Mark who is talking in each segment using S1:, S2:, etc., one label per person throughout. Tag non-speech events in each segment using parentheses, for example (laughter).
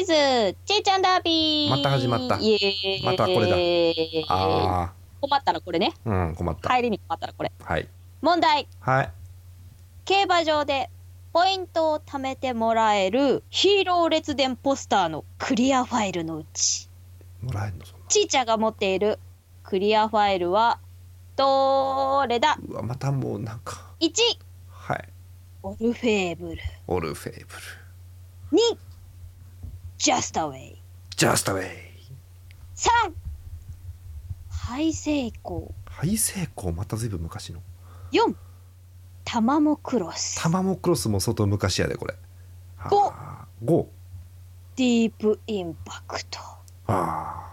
S1: イズ、ちえちゃんダービー。
S2: また始まった
S1: イエーイ
S2: またこれだ
S1: あ
S2: あ
S1: 困ったらこれね。
S2: あうん困った
S1: 帰りに困ったらこれ。
S2: はい
S1: 問題。
S2: はい
S1: 競馬場でポイントを貯めてもらえるヒーロー列伝ポスターのクリアファイルのうち、
S2: もらえるのそんな
S1: ちーちゃんが持っているクリアファイルは、どれだ
S2: うわまたもうなんか
S1: ?1、
S2: はい
S1: オルフェーブル。
S2: オルフェーブル
S1: 2、ジャスタウェイ。
S2: ジャストウェイ
S1: 3、敗成功。
S2: 敗成功またずいぶん昔の
S1: 4、タマモクロス。
S2: タマモクロスも相当昔やでこれ
S1: ご
S2: あーご
S1: ディープインパクト。
S2: あ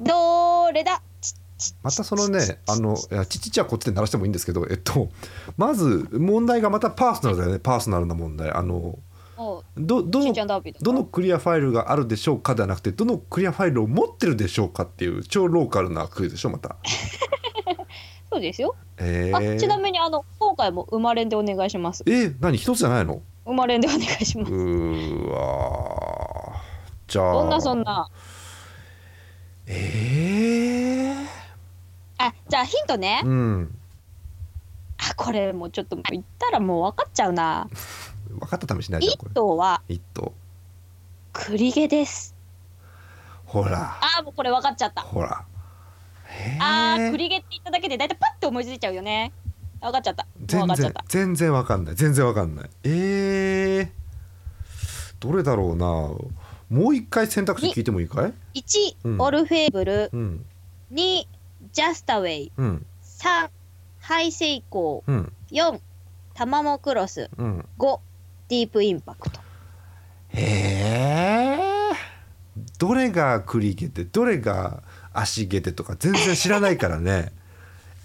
S1: どれだ
S2: ーまたそのねあのいやちちちはこっちで鳴らしてもいいんですけどえっとまず問題がまたパーソナルだよねパーソナルな問題あの
S1: おう
S2: どど
S1: ちー
S2: の
S1: ちゃんダービーだから
S2: どのクリアファイルがあるでしょうかではなくてどのクリアファイルを持ってるでしょうかっていう超ローカルなクイズでしょまた。
S1: そうですよ。
S2: え
S1: あちな
S2: ー、
S1: みにあの今回も生まれんでお願いします
S2: えー何一つじゃないの
S1: 生まれんでお願いしま
S2: う
S1: す
S2: ーわーじゃあ
S1: どんなそんな
S2: え
S1: あじゃあヒントね
S2: ー、うん
S1: あこれもうちょっと言ったらもう分かっちゃうな
S2: 分かったためしないじゃん
S1: 一
S2: これ。
S1: 頭は
S2: 一頭
S1: クリゲです
S2: ほら
S1: あもうこれ分かっちゃった
S2: ほら。え
S1: あークリゲって言っただけで大体パッて思いついちゃうよね分かっちゃったもう
S2: 全
S1: 分かっちゃっ
S2: 然
S1: た
S2: 全然わかんない全然わかんないえー、どれだろうなもう一回選択肢聞いてもいいかい
S1: 1、
S2: うん
S1: オルフェーブル
S2: うん
S1: 2ジャスタウェイ
S2: うん
S1: 3ハイセイコ
S2: うん
S1: ー4タマモクロス
S2: うん
S1: 5ディープインパクト
S2: へえどれが栗毛でどれが足毛でとか全然知らないから (laughs) ね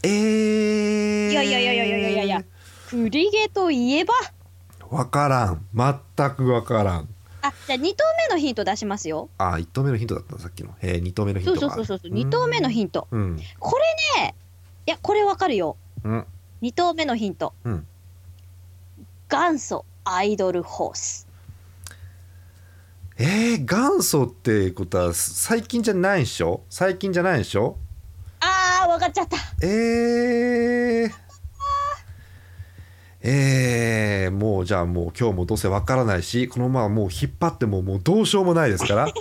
S2: えー、
S1: いやいやいやいやいやいやいやクリゲといえば
S2: わからん全くわからん
S1: あじゃあ2投目のヒント出しますよ。
S2: あ一投目のヒントだったのさっきのへえ二投目のヒ
S1: そ
S2: ン
S1: う
S2: ト
S1: そう
S2: が
S1: そうそう2投目のヒント。
S2: うん
S1: これねいやこれわかるよ
S2: うん
S1: 2投目のヒント
S2: うん
S1: 元祖アイドルホース。
S2: えー、元祖ってことは最近じゃないでしょ最近じゃないでしょ
S1: あーわかっちゃった
S2: えー、えー、もうじゃあもう今日もどうせわからないしこのままもう引っ張ってももうどうしようもないですから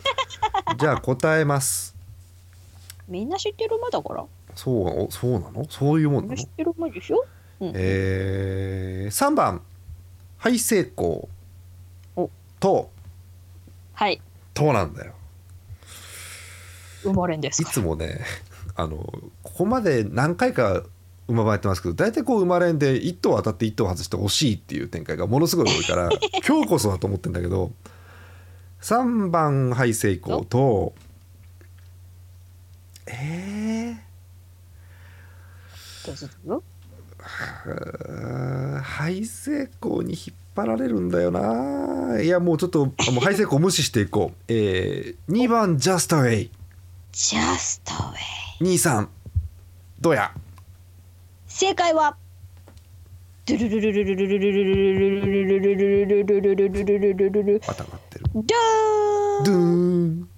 S2: じゃあ答えます
S1: みんな知ってる馬だから
S2: そうおそうなのそういうも
S1: み
S2: ん
S1: ん
S2: な
S1: な
S2: の
S1: 知ってる馬でしょ、うん
S2: えー、3番「はい成功」
S1: お
S2: と
S1: はい
S2: 「と」なんだよ
S1: 生まれんです
S2: い
S1: か
S2: つもね (laughs) あのここまで何回か馬場やってますけど大体こう馬連で1頭当たって1頭外して惜しいっていう展開がものすごい多いから今日こそだと思ってんだけど3番敗成功とえ
S1: どうする
S2: ー、敗成功に引っ張られるんだよないやもうちょっともう敗成功無視していこう、えー、2番ジャスタウェイ
S1: ジャストウェイ
S2: 23どうや
S1: 正解はドゥルルルルルルルルルルルルルルルルルルルルルルルル
S2: また待ってる
S1: ドゥー
S2: ドゥーン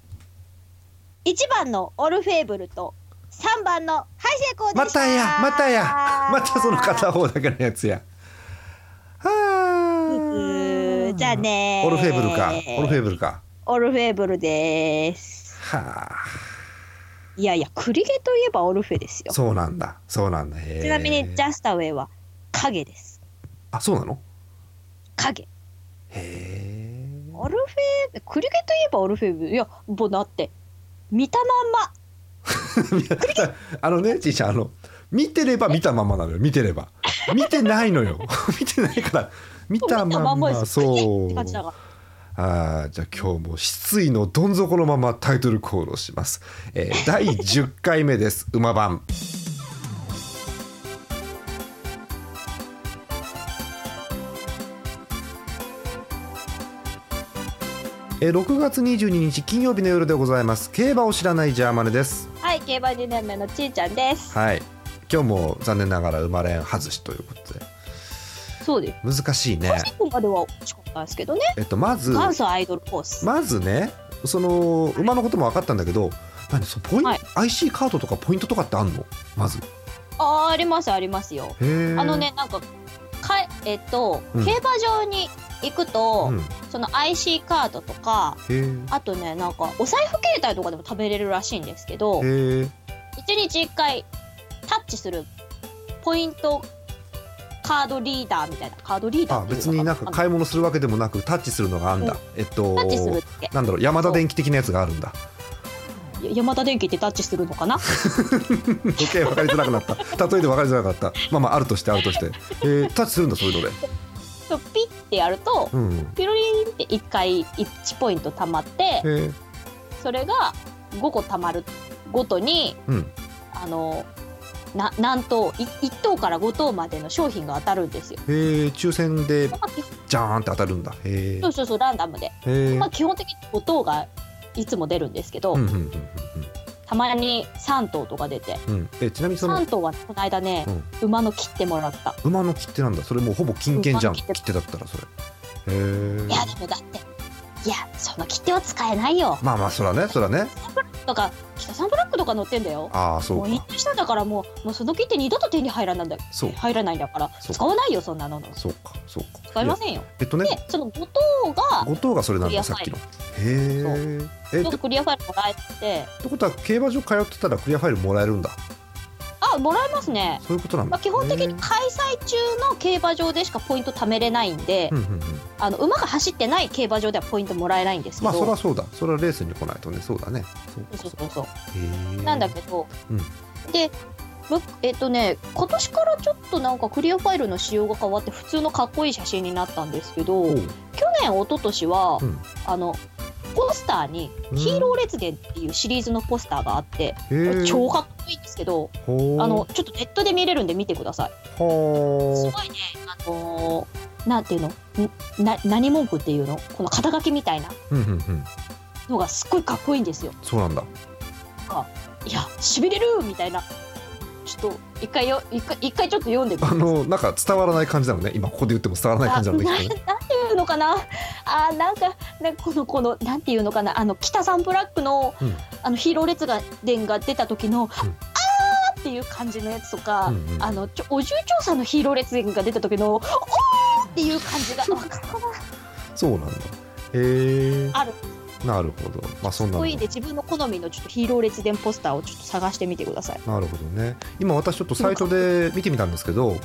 S1: 1番のオルフェーブルと3番のハイセイコーで
S2: ま
S1: した
S2: たやまたやまたその片方だけのやつや
S1: う
S2: は
S1: ーじゃあね
S2: オルフェーブルかオルフェ
S1: ブル
S2: ーブルか
S1: オルフェーブルです
S2: は
S1: はいやいやクリゲといえばオルフェです
S2: あ
S1: よ
S2: そうなんだそうなんだへえ
S1: ちなみにジャスタウェイは影です
S2: あそうなの
S1: 影
S2: へえ (laughs)
S1: オルフェーブクリゲといえばオルフェーブルいやもうだって見たまんま
S2: あのねちいちゃんあの見てれば見たままなのよ見てれば見てないのよ (laughs) 見てないから見た
S1: 見たま
S2: まん
S1: んま
S2: ま
S1: です
S2: そう
S1: って感じだから
S2: あーじゃあ今日も失意のどん底のままタイトルコールをします、えー第10回目です「馬番」えー6月22日金曜日の夜でございます競馬を知らないジャーマネです
S1: はい競馬2年目のちーちゃんです
S2: はい今日も残念ながら馬連外しということで
S1: そうです
S2: 難しいね
S1: 個人までは近かったんですけどね
S2: えっとまず
S1: 元祖アイドルコース
S2: まずねその馬のことも分かったんだけど何そうポイン、
S1: はい
S2: IC カードとかポイントとかってあんのまずへ
S1: あーありますありますよ。
S2: え
S1: あのねなんかかえっと、
S2: うん
S1: 競馬場に行くと、
S2: うんへ
S1: その IC カードとか
S2: え
S1: あとねなんかお財布携帯とかでも食べれるらしいんですけど
S2: へえ
S1: 1日1回タッチするポイントカードリーダーみたいなカードリーダー
S2: あ
S1: っていうの
S2: 別になんか
S1: あの
S2: 買い物するわけでもなくタッチするのがあんだ、えっと
S1: タッチするって
S2: なんだろう山田電機的なやつがあるんだ
S1: や山田電機ってタッチするのかな
S2: 余計分かりづらくなった例えで分かりづらかったまあまああるとしてあるとして、えータッチするんだそういうので
S1: そうピッてやると
S2: うんうん
S1: ピロリンって1回1ポイント貯まって
S2: へえ
S1: それが5個貯まるごとに
S2: うん
S1: あのな何等い1等から5等までの商品が当たるんですよ。
S2: へえ抽選で
S1: まあ基本
S2: ジャーンって当たるんだへ
S1: そうそうそうランダムで、
S2: えへえ
S1: まあ、基本的に5等がいつも出るんですけど、
S2: うんうんうんうん
S1: たまに3等とか出て
S2: うんうんえちなみにその
S1: 3等はこの間ね、
S2: うん
S1: 馬の切ってもらった。
S2: 馬の切手なんだそれもうほぼ金券じゃん
S1: 馬の切手
S2: 切手だったらそれへえ
S1: いやでもだっていやその切手は使えないよ
S2: まあまあそらねそらね
S1: とか北サンブラックとか乗ってんだよ。
S2: ああそ
S1: もう
S2: う
S1: 引
S2: か
S1: 退したんだからもうもうその切手二度と手に入らないんだ
S2: そう
S1: 入らないんだから
S2: そう
S1: 使わないよそんなの
S2: そうかそうか
S1: 使いませんよ。
S2: えっとね
S1: でその5等が
S2: 後藤がそれな
S1: ク
S2: ん
S1: リ
S2: だ
S1: ア
S2: さ
S1: フ
S2: っ
S1: ァイ
S2: き
S1: ル
S2: のへ
S1: ち
S2: ええっ
S1: ょ
S2: て
S1: っとクリアファイルもらえて
S2: ってことは競馬場通ってたらクリアファイルもらえるんだ
S1: あもらえますね、
S2: そういうことなんだ、
S1: まあ、基本的に開催中の競馬場でしかポイント貯めれないんで、
S2: へえうんうんうん
S1: あの馬が走ってない競馬場ではポイントもらえないんですけ
S2: まあ
S1: ど、
S2: そりゃそうだそれはレースに来ないとねそうだねそ
S1: そ
S2: うかそうう
S1: そうそう
S2: へえ
S1: なんだけど、
S2: うん
S1: でむえっとね今年からちょっとなんかクリアファイルの仕様が変わって普通のかっこいい写真になったんですけど、
S2: おう
S1: 去年一昨年は、
S2: うん
S1: あのポスターに「ヒーロー列伝」っていうシリーズのポスターがあって、こ
S2: へ
S1: れ
S2: え
S1: 超かっこいいんですけど、
S2: ほう
S1: あのちょっとネットで見れるんで見てください。す
S2: ほ
S1: ごいね、あのーなんていうのんな何文句っていうのこの肩書きみたいな
S2: ううんうんうん
S1: のがすっごいかっこいいんですよ。
S2: そうなんだ
S1: いや、しびれるみたいな。ちょっと一回よ一回一回ちょっと読んでみて
S2: あのなんか伝わらない感じなのね今ここで言っても伝わらない感じなのね
S1: な
S2: きっとね
S1: なんていうのかなあーなんかなんかこのこのなんていうのかなあの北サンブラックの,、
S2: うん
S1: あのヒーロー列伝が出た時の、あ
S2: ん
S1: ーっていう感じのやつとか、
S2: うんうん
S1: あのちょお重調査のヒーロー列伝が出た時のおーっていう感じがわかるかな
S2: そうなんだへえ
S1: ある
S2: なるほどまあそ
S1: か
S2: んな
S1: っ
S2: の
S1: こいいんで自分の好みのちょっとヒーロー列伝ポスターをちょっと探してみてください。
S2: なるほどね今私ちょっとサイトで見てみたんですけど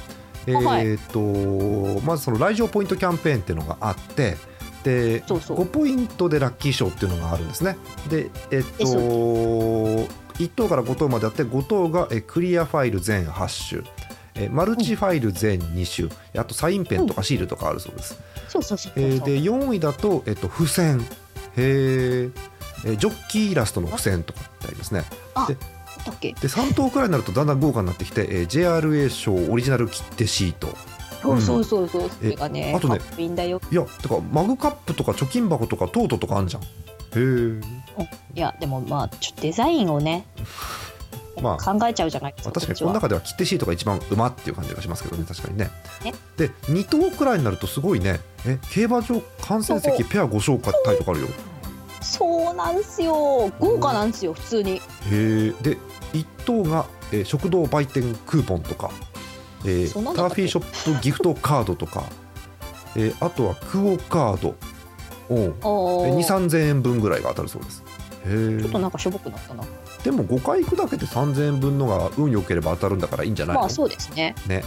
S2: えーっとまずその来場ポイントキャンペーンっていうのがあってで
S1: そうそう
S2: 5ポイントでラッキー賞っていうのがあるんですねでえっと
S1: えそ
S2: 1等から5等まであって5等がえクリアファイル全8種えマルチファイル全2種あとサインペンとかシールとかあるそうです
S1: そうそうそう
S2: えーで4位だと、えっと、付箋へーえージョッキーイラストの付箋とかってありますね
S1: だっけ
S2: で3等くらいになるとだんだん豪華になってきて、えー JRA 賞オリジナル切手シート
S1: そうそうそうそう。そ
S2: え
S1: れがね、
S2: あとね
S1: かっこいいんだよ。
S2: いやてかマグカップとか貯金箱とかトートとかあんじゃんへえ
S1: いやでもまあちょっとデザインをね、
S2: まあ
S1: 考えちゃうじゃないですか。
S2: 確かにこ
S1: こっ
S2: の
S1: ちは
S2: 中では切手シートが一番馬っていう感じがしますけどね確かにね
S1: ね
S2: で2等くらいになるとすごいねえ競馬場観戦席ペア5勝買ったりとかあるよへ
S1: そうなんすよ。豪華なんすよ普通に。
S2: えで1等が、えー食堂売店クーポンとか、えー
S1: そんなの
S2: タ
S1: だ
S2: ー
S1: っ
S2: フ
S1: け
S2: ィーショップギフトカードとか、えーあとはクオカードお
S1: お
S2: うで2、
S1: お。
S2: 3000円分ぐらいが当たるそうです。へえ
S1: ちょっとなんかしょぼくなったな。
S2: でも5回行くだけで3000円分のが運良ければ当たるんだからいいんじゃないの、
S1: まあそうですね。
S2: ね。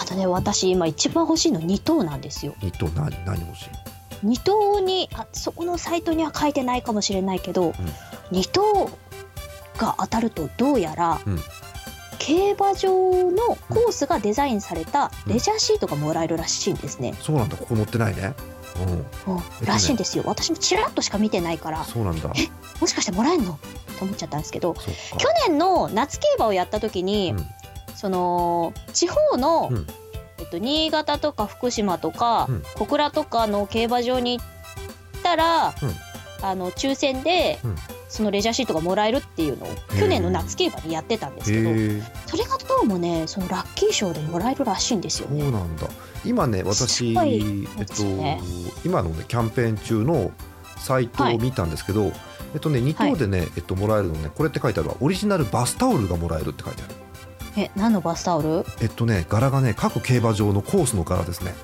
S1: あとね私今一番欲しいの二等なんですよ。
S2: 二等何何欲しい
S1: 二等にあそこのサイトには書いてないかもしれないけど、二等が当たるとどうやら、
S2: うん
S1: 競馬場のコースがデザインされたレジャーシートがもらえるらしいんですね、
S2: そうなんだここ載ってないねうん
S1: うん
S2: ね
S1: らしいんですよ私もちらっとしか見てないから
S2: そうなんだ
S1: もしかしてもらえんのと思っちゃったんですけど
S2: そっ
S1: 去
S2: か
S1: 年の夏競馬をやった時に、
S2: うん
S1: その地方の、
S2: うん
S1: えっと、新潟とか福島とか、
S2: うん
S1: 小倉とかの競馬場に行ったら、あの抽選で、
S2: うん
S1: そのレジャーシートがもらえるっていうのを去年の夏競馬にやってたんですけど
S2: へえ
S1: それがどうもねそのラッキー賞でもらえるらしいんですよ
S2: そ
S1: ね。
S2: うなんだ今ね私
S1: すごい
S2: えっと
S1: ですね
S2: 今のねキャンペーン中のサイトを見たんですけど、えっとね2等でね、えっと、もらえるのねこれって書いてあるわオリジナルバスタオルがもらえるって書いてある
S1: え何のバスタオル
S2: えっとね柄がね各競馬場のコースの柄ですね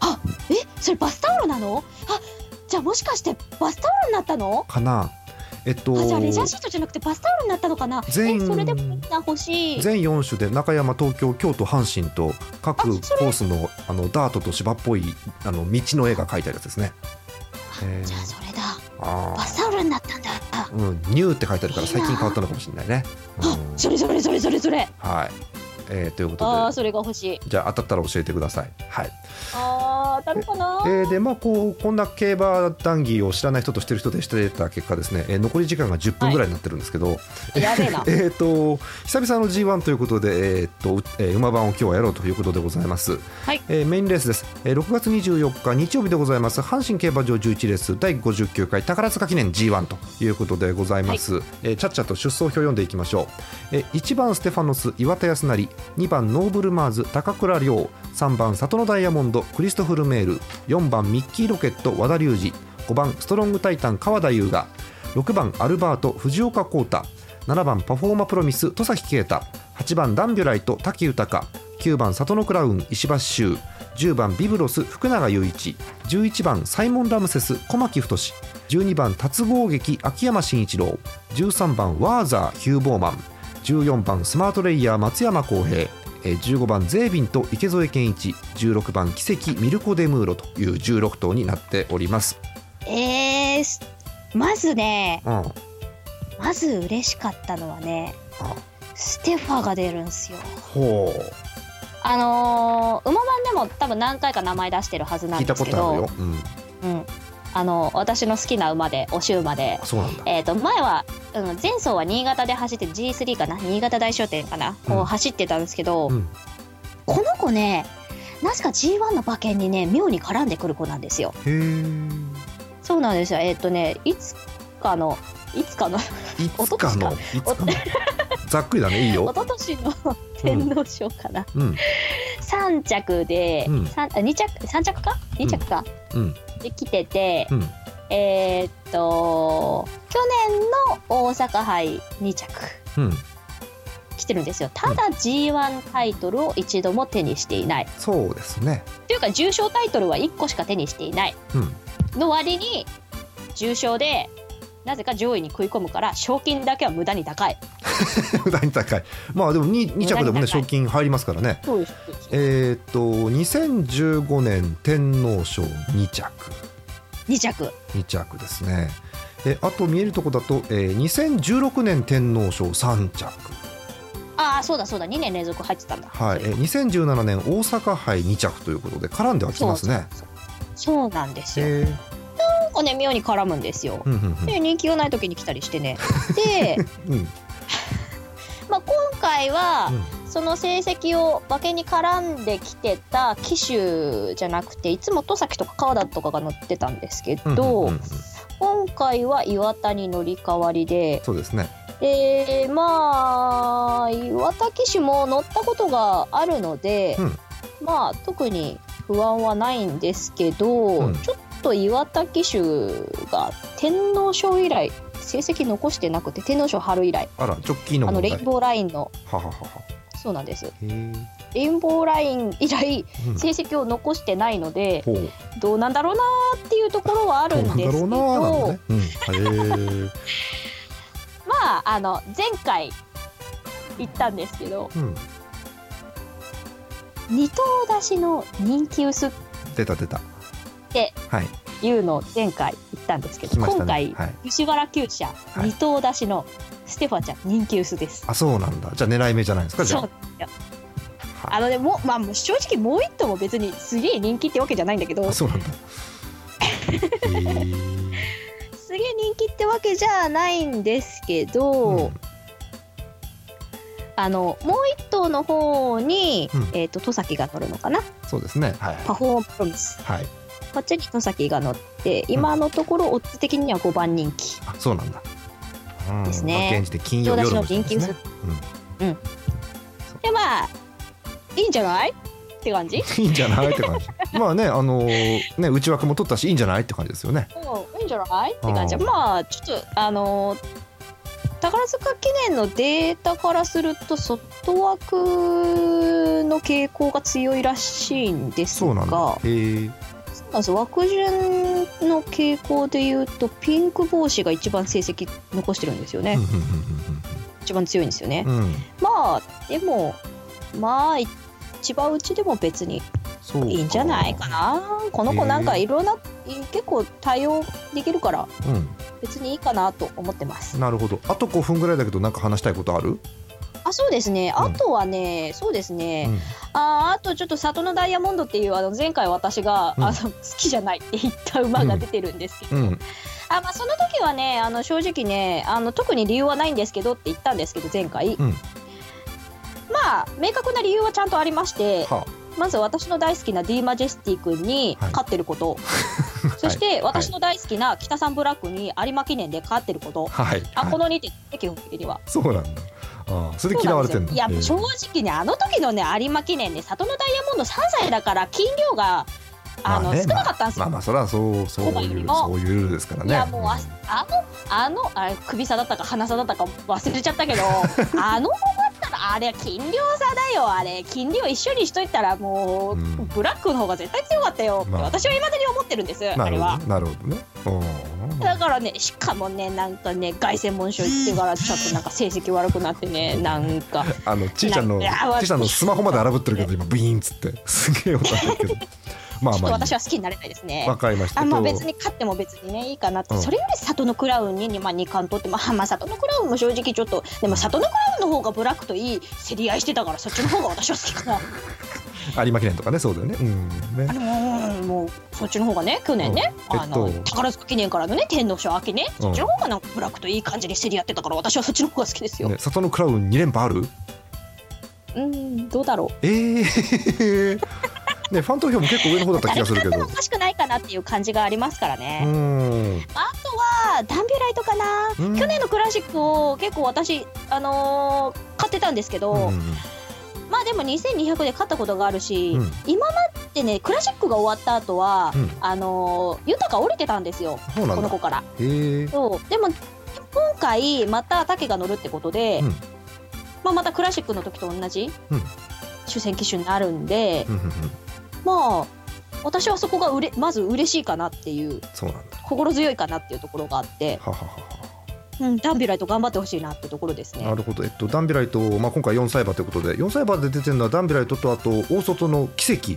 S1: あえそれバスタオルなのあじゃあもしかしてバスタオルになったの
S2: かなえっと
S1: あじゃあレジャーシートじゃなくてバスタオルになったのかなえ
S2: 全
S1: それでもみんな欲しい
S2: 全4種で中山東京京都阪神と各コ
S1: あそれ
S2: ースのあのダートと芝っぽいあの道の絵が描いてあるやつですねえー
S1: じゃあそれだ
S2: あ
S1: バ
S2: ー
S1: スタオルになったんだあ
S2: うん、ニューって書いてあるから最近変わったのかもしれないね。うん
S1: あそれそれそれそれそれ
S2: はい、えーということ
S1: あー
S2: で
S1: それが欲しい
S2: じゃあ当たったら教えてください。はい
S1: あー当たるかな
S2: えーでまあ、こうこんな競馬談義を知らない人としてる人でしてた結果ですね、えー残り時間が10分ぐらいになってるんですけど、
S1: やべえな
S2: えー、と久々の g 1ということで、えーとえー馬番を今日はやろうということでございます、
S1: はい
S2: えーメインレースです、えー6月24日日曜日でございます阪神競馬場11レース第59回宝塚記念 g 1ということでございます、えーちゃっちゃと出走表読んでいきましょう、えー1番ステファノス岩田康成2番ノーブルマーズ高倉涼3番里のダイヤモンドクリストフル・メール4番ミッキーロケット和田龍二5番ストロングタイタン川田優雅6番アルバート藤岡浩太7番パフォーマプロミス戸崎啓太8番ダンビュライト滝豊9番里のクラウン石橋修10番ビブロス福永雄一11番サイモン・ラムセス小牧太12番達合劇秋山慎一郎13番ワーザーヒューボーマン14番スマートレイヤー松山康平えー15番ゼービンと池添健一16番奇跡ミルコ・デムーロという16頭になっております。
S1: えーすまずね
S2: うん、あ
S1: まず嬉しかったのはねステファが出るんすよ
S2: ほう
S1: あのー、馬番でも多分何回か名前出してるはずなん
S2: 聞い
S1: で
S2: た
S1: す
S2: こ
S1: け
S2: とある
S1: ど
S2: よ、うん、
S1: うん、あの私の好きな馬で押し馬で、
S2: そうなんだ
S1: えー、と前は、うん、前走は新潟で走って G3 かな新潟大商店かな、
S2: うん
S1: を走ってたんですけど、
S2: うん
S1: この子ねなぜか G1 の馬券にね妙に絡んでくる子なんですよ
S2: へえ
S1: そうなんですよえっ、とねいつかのいつかの
S2: いつかのいつかのざっくりだねいい
S1: 一
S2: よ、
S1: 昨年の天皇賞かな、
S2: うん
S1: 3着で、
S2: うん
S1: 三あ二着3着か2着か、
S2: うん
S1: で来てて、
S2: うん、
S1: えーっと去年の大阪杯2着
S2: うん、
S1: 来てるんですよただ g 1タイトルを一度も手にしていない
S2: そうですね
S1: というか重賞タイトルは1個しか手にしていない
S2: うん (laughs)
S1: の割に重賞でなぜか上位に食い込むから賞金だけは無駄に高い
S2: 無駄に高いまあでも 2, 2着で
S1: 無
S2: もね
S1: 駄に高い
S2: 賞金入りますからね
S1: そうです
S2: えーっと2015年天皇賞2着
S1: 2着
S2: 2着ですねえあと見えるとこだと、えー2016年天皇賞3着
S1: ああそうだそうだ2年連続入ってたんだ
S2: はい、えー2017年大阪杯2着ということで絡んではきますね
S1: そうなんですよ
S2: へえ
S1: なんかね妙に絡むんですよ
S2: うんうんうん
S1: で人気がない時に来たりしてねで、
S2: うん
S1: まあ、今回は、
S2: うん
S1: その成績を馬券に絡んできてた騎手じゃなくていつも戸崎とか川田とかが乗ってたんですけど、
S2: うんうんうんうん
S1: 今回は岩田に乗り換わりで
S2: そうですね
S1: でまあ岩田騎手も乗ったことがあるので、
S2: うん
S1: まあ特に不安はないんですけど、
S2: うん
S1: ちょっと岩田騎手が天皇賞以来成績残してなくて天皇賞春以来
S2: あら直近の
S1: あのレ
S2: 問
S1: イ
S2: 題
S1: ンボーラインの
S2: はははは
S1: そうなんです
S2: へえ
S1: レインボーライン以来
S2: うん
S1: 成績を残してないので、
S2: ほう
S1: どうなんだろうなーっていうところはある
S2: どうんなん
S1: で
S2: だ
S1: すけ
S2: ろう
S1: ど、
S2: な
S1: ま
S2: ーなんだねうんへえ
S1: ああの前回言ったんですけど、
S2: うん
S1: 二頭出しの人気薄っ
S2: 出た出た
S1: て
S2: はい
S1: いうのを前回言ったんですけ
S2: 聞き
S1: ど、
S2: ました
S1: 今
S2: ね
S1: 回、
S2: はい
S1: 吉原厩舎
S2: い
S1: 二頭出しのステファちゃん人気薄です。
S2: あそうなんだじゃあ狙い目じゃないですかじゃ
S1: そう
S2: あ
S1: あのねもうまあもう正直もう一頭も別にすげえ人気ってわけじゃないんだけど
S2: あそうなんだへ
S1: すげえ人気ってわけじゃないんですけど、
S2: え
S1: あのもう一頭の方に、
S2: うん
S1: えっ、と戸崎が乗るのかな
S2: そうですねはい
S1: パフォーマンスプロミス
S2: はい
S1: こっちに戸崎が乗って今のところオッズ的には5番人気
S2: あそうなんだうん
S1: ですね
S2: まあ現時点金曜夜の時点ですね
S1: でまあいいんじゃないって感じ
S2: いいんじゃないって感じまあねあのーね内枠も取ったしいいんじゃないって感じですよね
S1: うんいいんじゃないって感じ
S2: うん
S1: まあちょっとあのー宝塚記念のデータからすると外枠の傾向が強いらしいんです
S2: そうなんだ
S1: が
S2: へえ
S1: そうなんです枠順の傾向でいうとピンク帽子が一番成績残してるんですよね、一番強いんですよね、
S2: うんうんうんうんうん
S1: まあでもまあ一番うちでも別に
S2: そう
S1: いいんじゃないかなこの子なんかいろんな、結構対応できるから
S2: う
S1: 別にいいかなと思ってます
S2: んなるほどあと5分ぐらいだけどなんか話したいことある、
S1: あそうですね
S2: うん
S1: あとはね、そうです
S2: う
S1: ね、
S2: ん、
S1: あーあとちょっと「里のダイヤモンド」っていうあの前回私が、
S2: うん
S1: あの好きじゃないって言った馬が出てるんですけど、
S2: うん
S1: あまあ、その時はねあの正直ねあの特に理由はないんですけどって言ったんですけど前回、
S2: うん
S1: まあ明確な理由はちゃんとありまして、
S2: は
S1: まず私の大好きな D マジェスティ君に
S2: はい
S1: 勝ってる
S2: (laughs)
S1: こと、そして私の大好きな北三ブラックに有馬記念で勝ってること、
S2: はい
S1: あこの
S2: の
S1: 2点ね基本的には。
S2: (laughs) そうなんだあーそれで嫌われてんだ
S1: そうなんですよい
S2: え
S1: や正直ねあの時のね有馬記念ね里のダイヤモンド3歳だから金量があの、
S2: まあね
S1: 少なかったんで
S2: ー
S1: すよ。
S2: まあまあそれはそうそう
S1: そうだ
S2: い
S1: よ
S2: う
S1: りも
S2: そういうルールですからね
S1: いやもうああのあのあれ首差だったか鼻差だったか忘れちゃったけ
S2: (laughs)
S1: どあの子だったらあれ金量差だよあれ金量一緒にしといたらもう、
S2: うん
S1: ブラックの方が絶対強かったよって
S2: まあ
S1: 私は未だに思ってるんです、
S2: な
S1: あ
S2: る
S1: れ
S2: ほ
S1: は
S2: ど。なるほどねうん
S1: だからねしかもねなんかね凱旋門賞行ってからちょっとなんか成績悪くなってねなんか
S2: あのちいちゃんのち
S1: いやわ
S2: いちゃんのスマホまで荒ぶってるけど今ブイーンっつってすげえ音あるけどまあ
S1: ちょっと
S2: まあいい
S1: 私は好きになれないですね。
S2: わかりました
S1: あまあ
S2: と
S1: 別に勝っても別にねいいかなって、
S2: うん
S1: それより里のクラウンに、にまあ、2冠取って、まあ、まあ里のクラウンも正直ちょっとでも里のクラウンの方がブラックといい競り合いしてたからそっちの方が私は好き
S2: (laughs)
S1: かな
S2: 有馬記念とかねそうだよねうん
S1: あ
S2: ね
S1: のーもうそっちの方がね去年ね、
S2: うん
S1: あの
S2: えっと
S1: 宝塚記念からのね天皇賞明けね、
S2: うん
S1: そっちの方がなんかブラックといい感じに競り合ってたから私はそっちの方が好きですよ、
S2: ね里のクラウン2連覇ある
S1: うーんどうだろう
S2: ええ
S1: (laughs)
S2: ねファン投票も結構上の方だった気がするけど
S1: おかしく (laughs) ないかなっていう感じがありますから
S2: う
S1: ね、
S2: ん
S1: あとはダンビュライトかな、
S2: うん
S1: 去年のクラシックを結構私あのー買ってたんですけど、
S2: うん
S1: まあでも2200で勝ったことがあるし、
S2: うん
S1: 今までねクラシックが終わった後は、
S2: うん
S1: あのー豊か降りてたんですよ
S2: そうな
S1: こ
S2: ん
S1: の
S2: だ
S1: 子から
S2: へえ
S1: そうでも今回また竹が乗るってことで、
S2: うん
S1: まあ、またクラシックの時と同じ、
S2: うん
S1: 主戦機種になるんで、
S2: うんうんうん
S1: まあ私はそこがうれまず嬉しいかなっていう
S2: そうなんだ
S1: 心強いかなっていうところがあって、
S2: はははは
S1: うん、ダンビュライト頑張ってほしいなってところですね
S2: な。るほど、えっと、ダンビライト、まあ、今回4歳馬ということで4歳馬で出てるのはダンビライトとあと大外の奇跡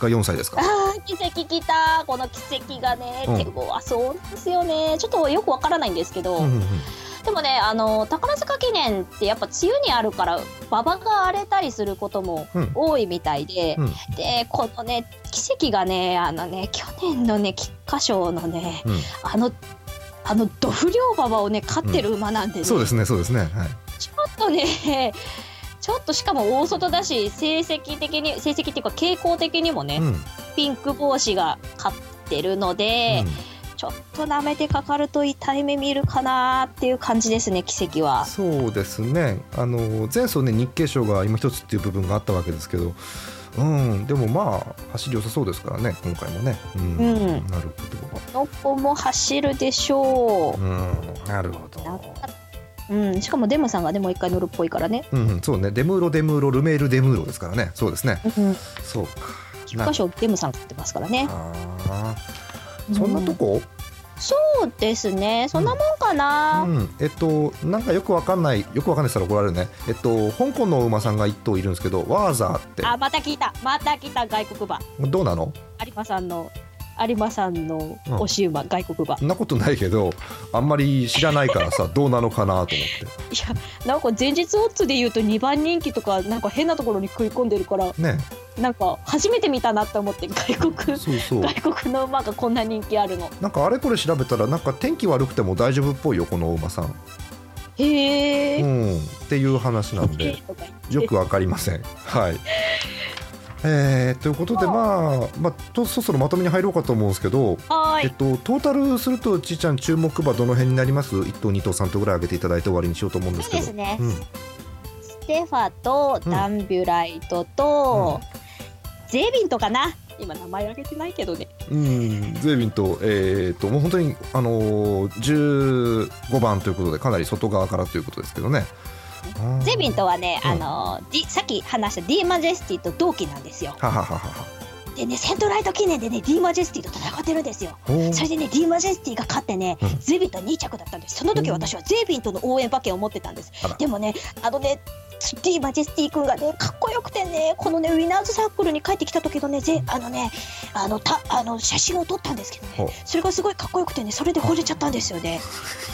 S2: が4歳ですか
S1: あー奇跡来たこの奇跡がね、
S2: うん
S1: 手ごわそうなんですよねちょっとよくわからないんですけど、
S2: うんうんうん
S1: でもねあの宝塚記念ってやっぱ梅雨にあるから馬場が荒れたりすることも
S2: うん
S1: 多いみたいで、
S2: うん
S1: でこのね奇跡がねあのね去年のね菊花賞のね
S2: うん
S1: あのあの土不良馬場をね勝ってる馬なんでね、
S2: そうですね、そうですね。はい。
S1: ちょっとねちょっとしかも大外だし成績的に成績っていうか傾向的にもね、
S2: うん。
S1: ピンク帽子が勝ってるので、
S2: うん
S1: ちょっと舐めてかかると痛い目見るかなっていう感じですね奇跡は。
S2: そうですね。あの前走ね日経賞が今一つっていう部分があったわけですけど、うん。でもまあ走り良さそうですからね、今回もね。うん。
S1: うん
S2: なる
S1: ノッポも走るでしょ
S2: ほど。うん。なるほ
S1: う。なんか
S2: ど。
S1: うん、しかもデムさんがでもう一回乗るっぽいからね。
S2: うん、うんそうね。デムーロデムーロルメールデムーロですからね。そうですね。
S1: うん、
S2: そうか。
S1: 菊花賞デムさん勝ってますからね。
S2: あーそんなと
S1: うん
S2: こ？
S1: そうですね。そんなもんか
S2: う
S1: な。
S2: ん、えっとなんかよくわかんないよくわかんないしたら怒られるね。えっと香港のお馬さんが一頭いるんですけど、ワーザーって
S1: あ、また聞いた。また聞いた外国馬。
S2: どうなの？
S1: 有馬さんの有馬さんの押し馬、外国馬。い
S2: そんなことないけどあんまり知らないからさどうなのかなと思っ
S1: や、なんか前日オッズで言うと2番人気とかなんか変なところに食い込んでるから、
S2: てね
S1: なんか初めて見たなって思って外国
S2: そうそう
S1: 外国の馬がこんな人気あるの。
S2: なんかあれこれ調べたらなんか天気悪くても大丈夫っぽいよこのお馬さん、
S1: へ
S2: う
S1: え。
S2: ん、っていう話なんで
S1: とか言って
S2: よくわかりませんはいえー、ということでまあ、まあ、とそろそろまとめに入ろうかと思うんですけど
S1: は
S2: え
S1: ーい。
S2: っと、トータルするとちーちゃん注目馬どの辺になります1頭2頭3頭ぐらい上げていただいて終わりにしようと思うんです
S1: そうです
S2: けど
S1: ね。
S2: うん
S1: ステファとダンビュライトと、ゼビントかな今名前挙げてないけどね
S2: うん、ズエビンと,、えー、ともう本当に、あのー15番ということでかなり外側からということですけどね。
S1: ゼビンとはね、
S2: うん
S1: あの D- さっき話した D マジェスティと同期なんですよ
S2: ははははは
S1: でねセントライト記念でね D マジェスティと戦ってるんですよ
S2: ほう
S1: それでね D マジェスティが勝ってね、
S2: うん
S1: ゼビントは2着だったんですその時
S2: うん
S1: 私はゼビントの応援馬券を持ってたんです
S2: あら
S1: でもねあのね D マジェスティ君がねかっこよくてねこのねウィナーズサークルに帰ってきた時のねゼあのねあのたあの写真を撮ったんですけど
S2: ほう
S1: ねそれがすごいかっこよくてねそれで惚れちゃったんですよ
S2: (laughs)
S1: ね、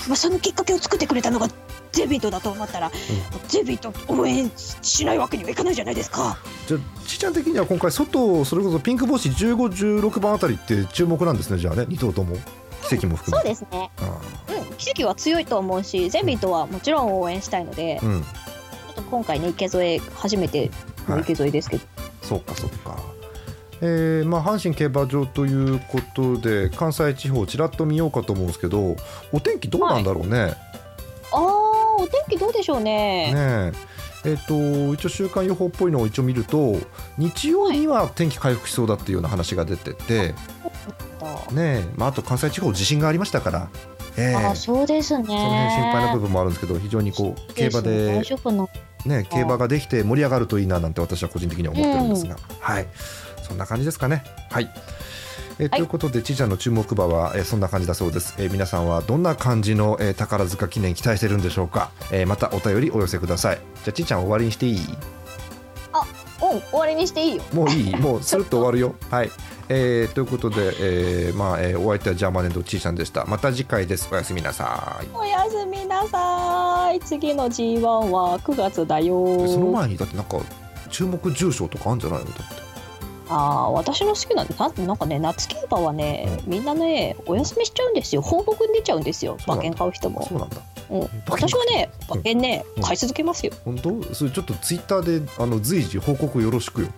S1: まあ、そのきっかけを作ってくれたのがゼビントだと思ったら、ゼビント応援しないわけにはいかないじゃないですか
S2: じゃあちーちゃん的には今回外それこそピンク帽子1516番あたりって注目なんですねじゃあね2頭とも奇跡も含
S1: そう
S2: めて。
S1: ですねうん、奇跡は強いと思うしゼミとはもちろん応援したいので、
S2: うんうん
S1: ちょっと今回ね池添初めての池添ですけど、
S2: そうかそうか。えーまあ、阪神競馬場ということで関西地方ちらっと見ようかと思うんですけどお天気どうなんだろうね。
S1: あーお天気どうでしょうね
S2: ねええっと一応週間予報っぽいのを一応見ると日曜には天気回復しそうだっていうような話が出てて、ねえまあ、あと関西地方地震がありましたから、ええ
S1: あーそうですね
S2: その辺心配な部分もあるんですけど非常にこう競馬で
S1: 大、丈夫な
S2: ね、競馬ができて盛り上がるといいななんて私は個人的には思ってるんですが、はいそんな感じですかね。はいえ
S1: は
S2: ー
S1: い
S2: ということで、ちいちゃんの注目馬は、えーそんな感じだそうです、えー皆さんはどんな感じの、えー宝塚記念期待してるんでしょうか、えーまたお便りお寄せくださいじゃあちいちゃん終わりにしていい
S1: うん終わりにしていいよ
S2: もう (laughs) いい、もうスルッと終わるよ。はい、えーということで、えーまあえーお相手はジャーマネンドちーちゃんでした。また次回です。おやすみなさい。
S1: おやすみなさい次の G1 は9月だよ
S2: その前にだってなんか注目重賞とかあるんじゃないのだって。
S1: あー私の好きなななんかね夏競馬はねみんなねお休みしちゃうんですよ放牧に出ちゃうんですよ
S2: そうなん
S1: 馬
S2: だ
S1: 券買う人も
S2: そうなんだ。
S1: うん、
S2: 馬券
S1: 私はね
S2: うん
S1: 馬券ね、
S2: うん
S1: 買い続けますよ。
S2: 本当？それちょっとツイッターであの随時報告よろしくよ。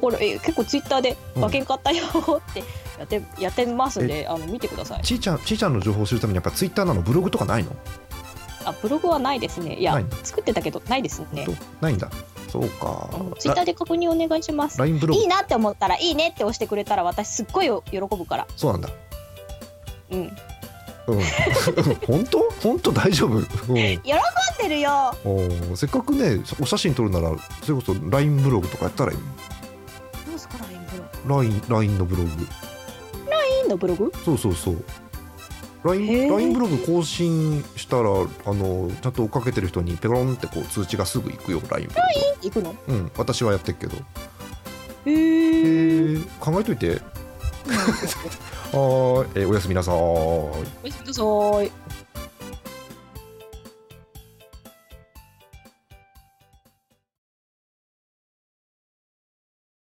S1: これえ結構ツイッターで
S2: うん
S1: 馬券買ったよってやってやってますんで、あの見てください。
S2: ちーちゃんちーちゃんの情報を知るためにやっぱツイッターなのブログとかないの？
S1: あブログはないですね。い
S2: な
S1: や
S2: い
S1: 作ってたけどないですね
S2: と。ないんだ。そうか。
S1: ツイッターで確認お願いします。
S2: ラインブログ
S1: いいなって思ったらいいねって押してくれたら私すっごいよ喜ぶから。
S2: そうなんだ。
S1: うん。
S2: うん (laughs) 本当本当大丈夫、うん、
S1: 喜んでるよ。
S2: おーせっかくねお写真撮るならそれこそ LINE ブログとかやったらいい
S1: どうすかラインブログ。
S2: LINE, LINE のブログ
S1: いいのブログ？
S2: そうそうそう
S1: へ
S2: LINE,
S1: ー
S2: LINE ブログ更新したらあのちゃんと追っかけてる人にペロンってこう通知がすぐ行くよ LINE ブロ
S1: 行くの？
S2: グ、うん、私はやってるけど
S1: へ
S2: へ
S1: ー
S2: (laughs) ー考えといてはーい、えーおやすみなさーい
S1: おやすみなさい。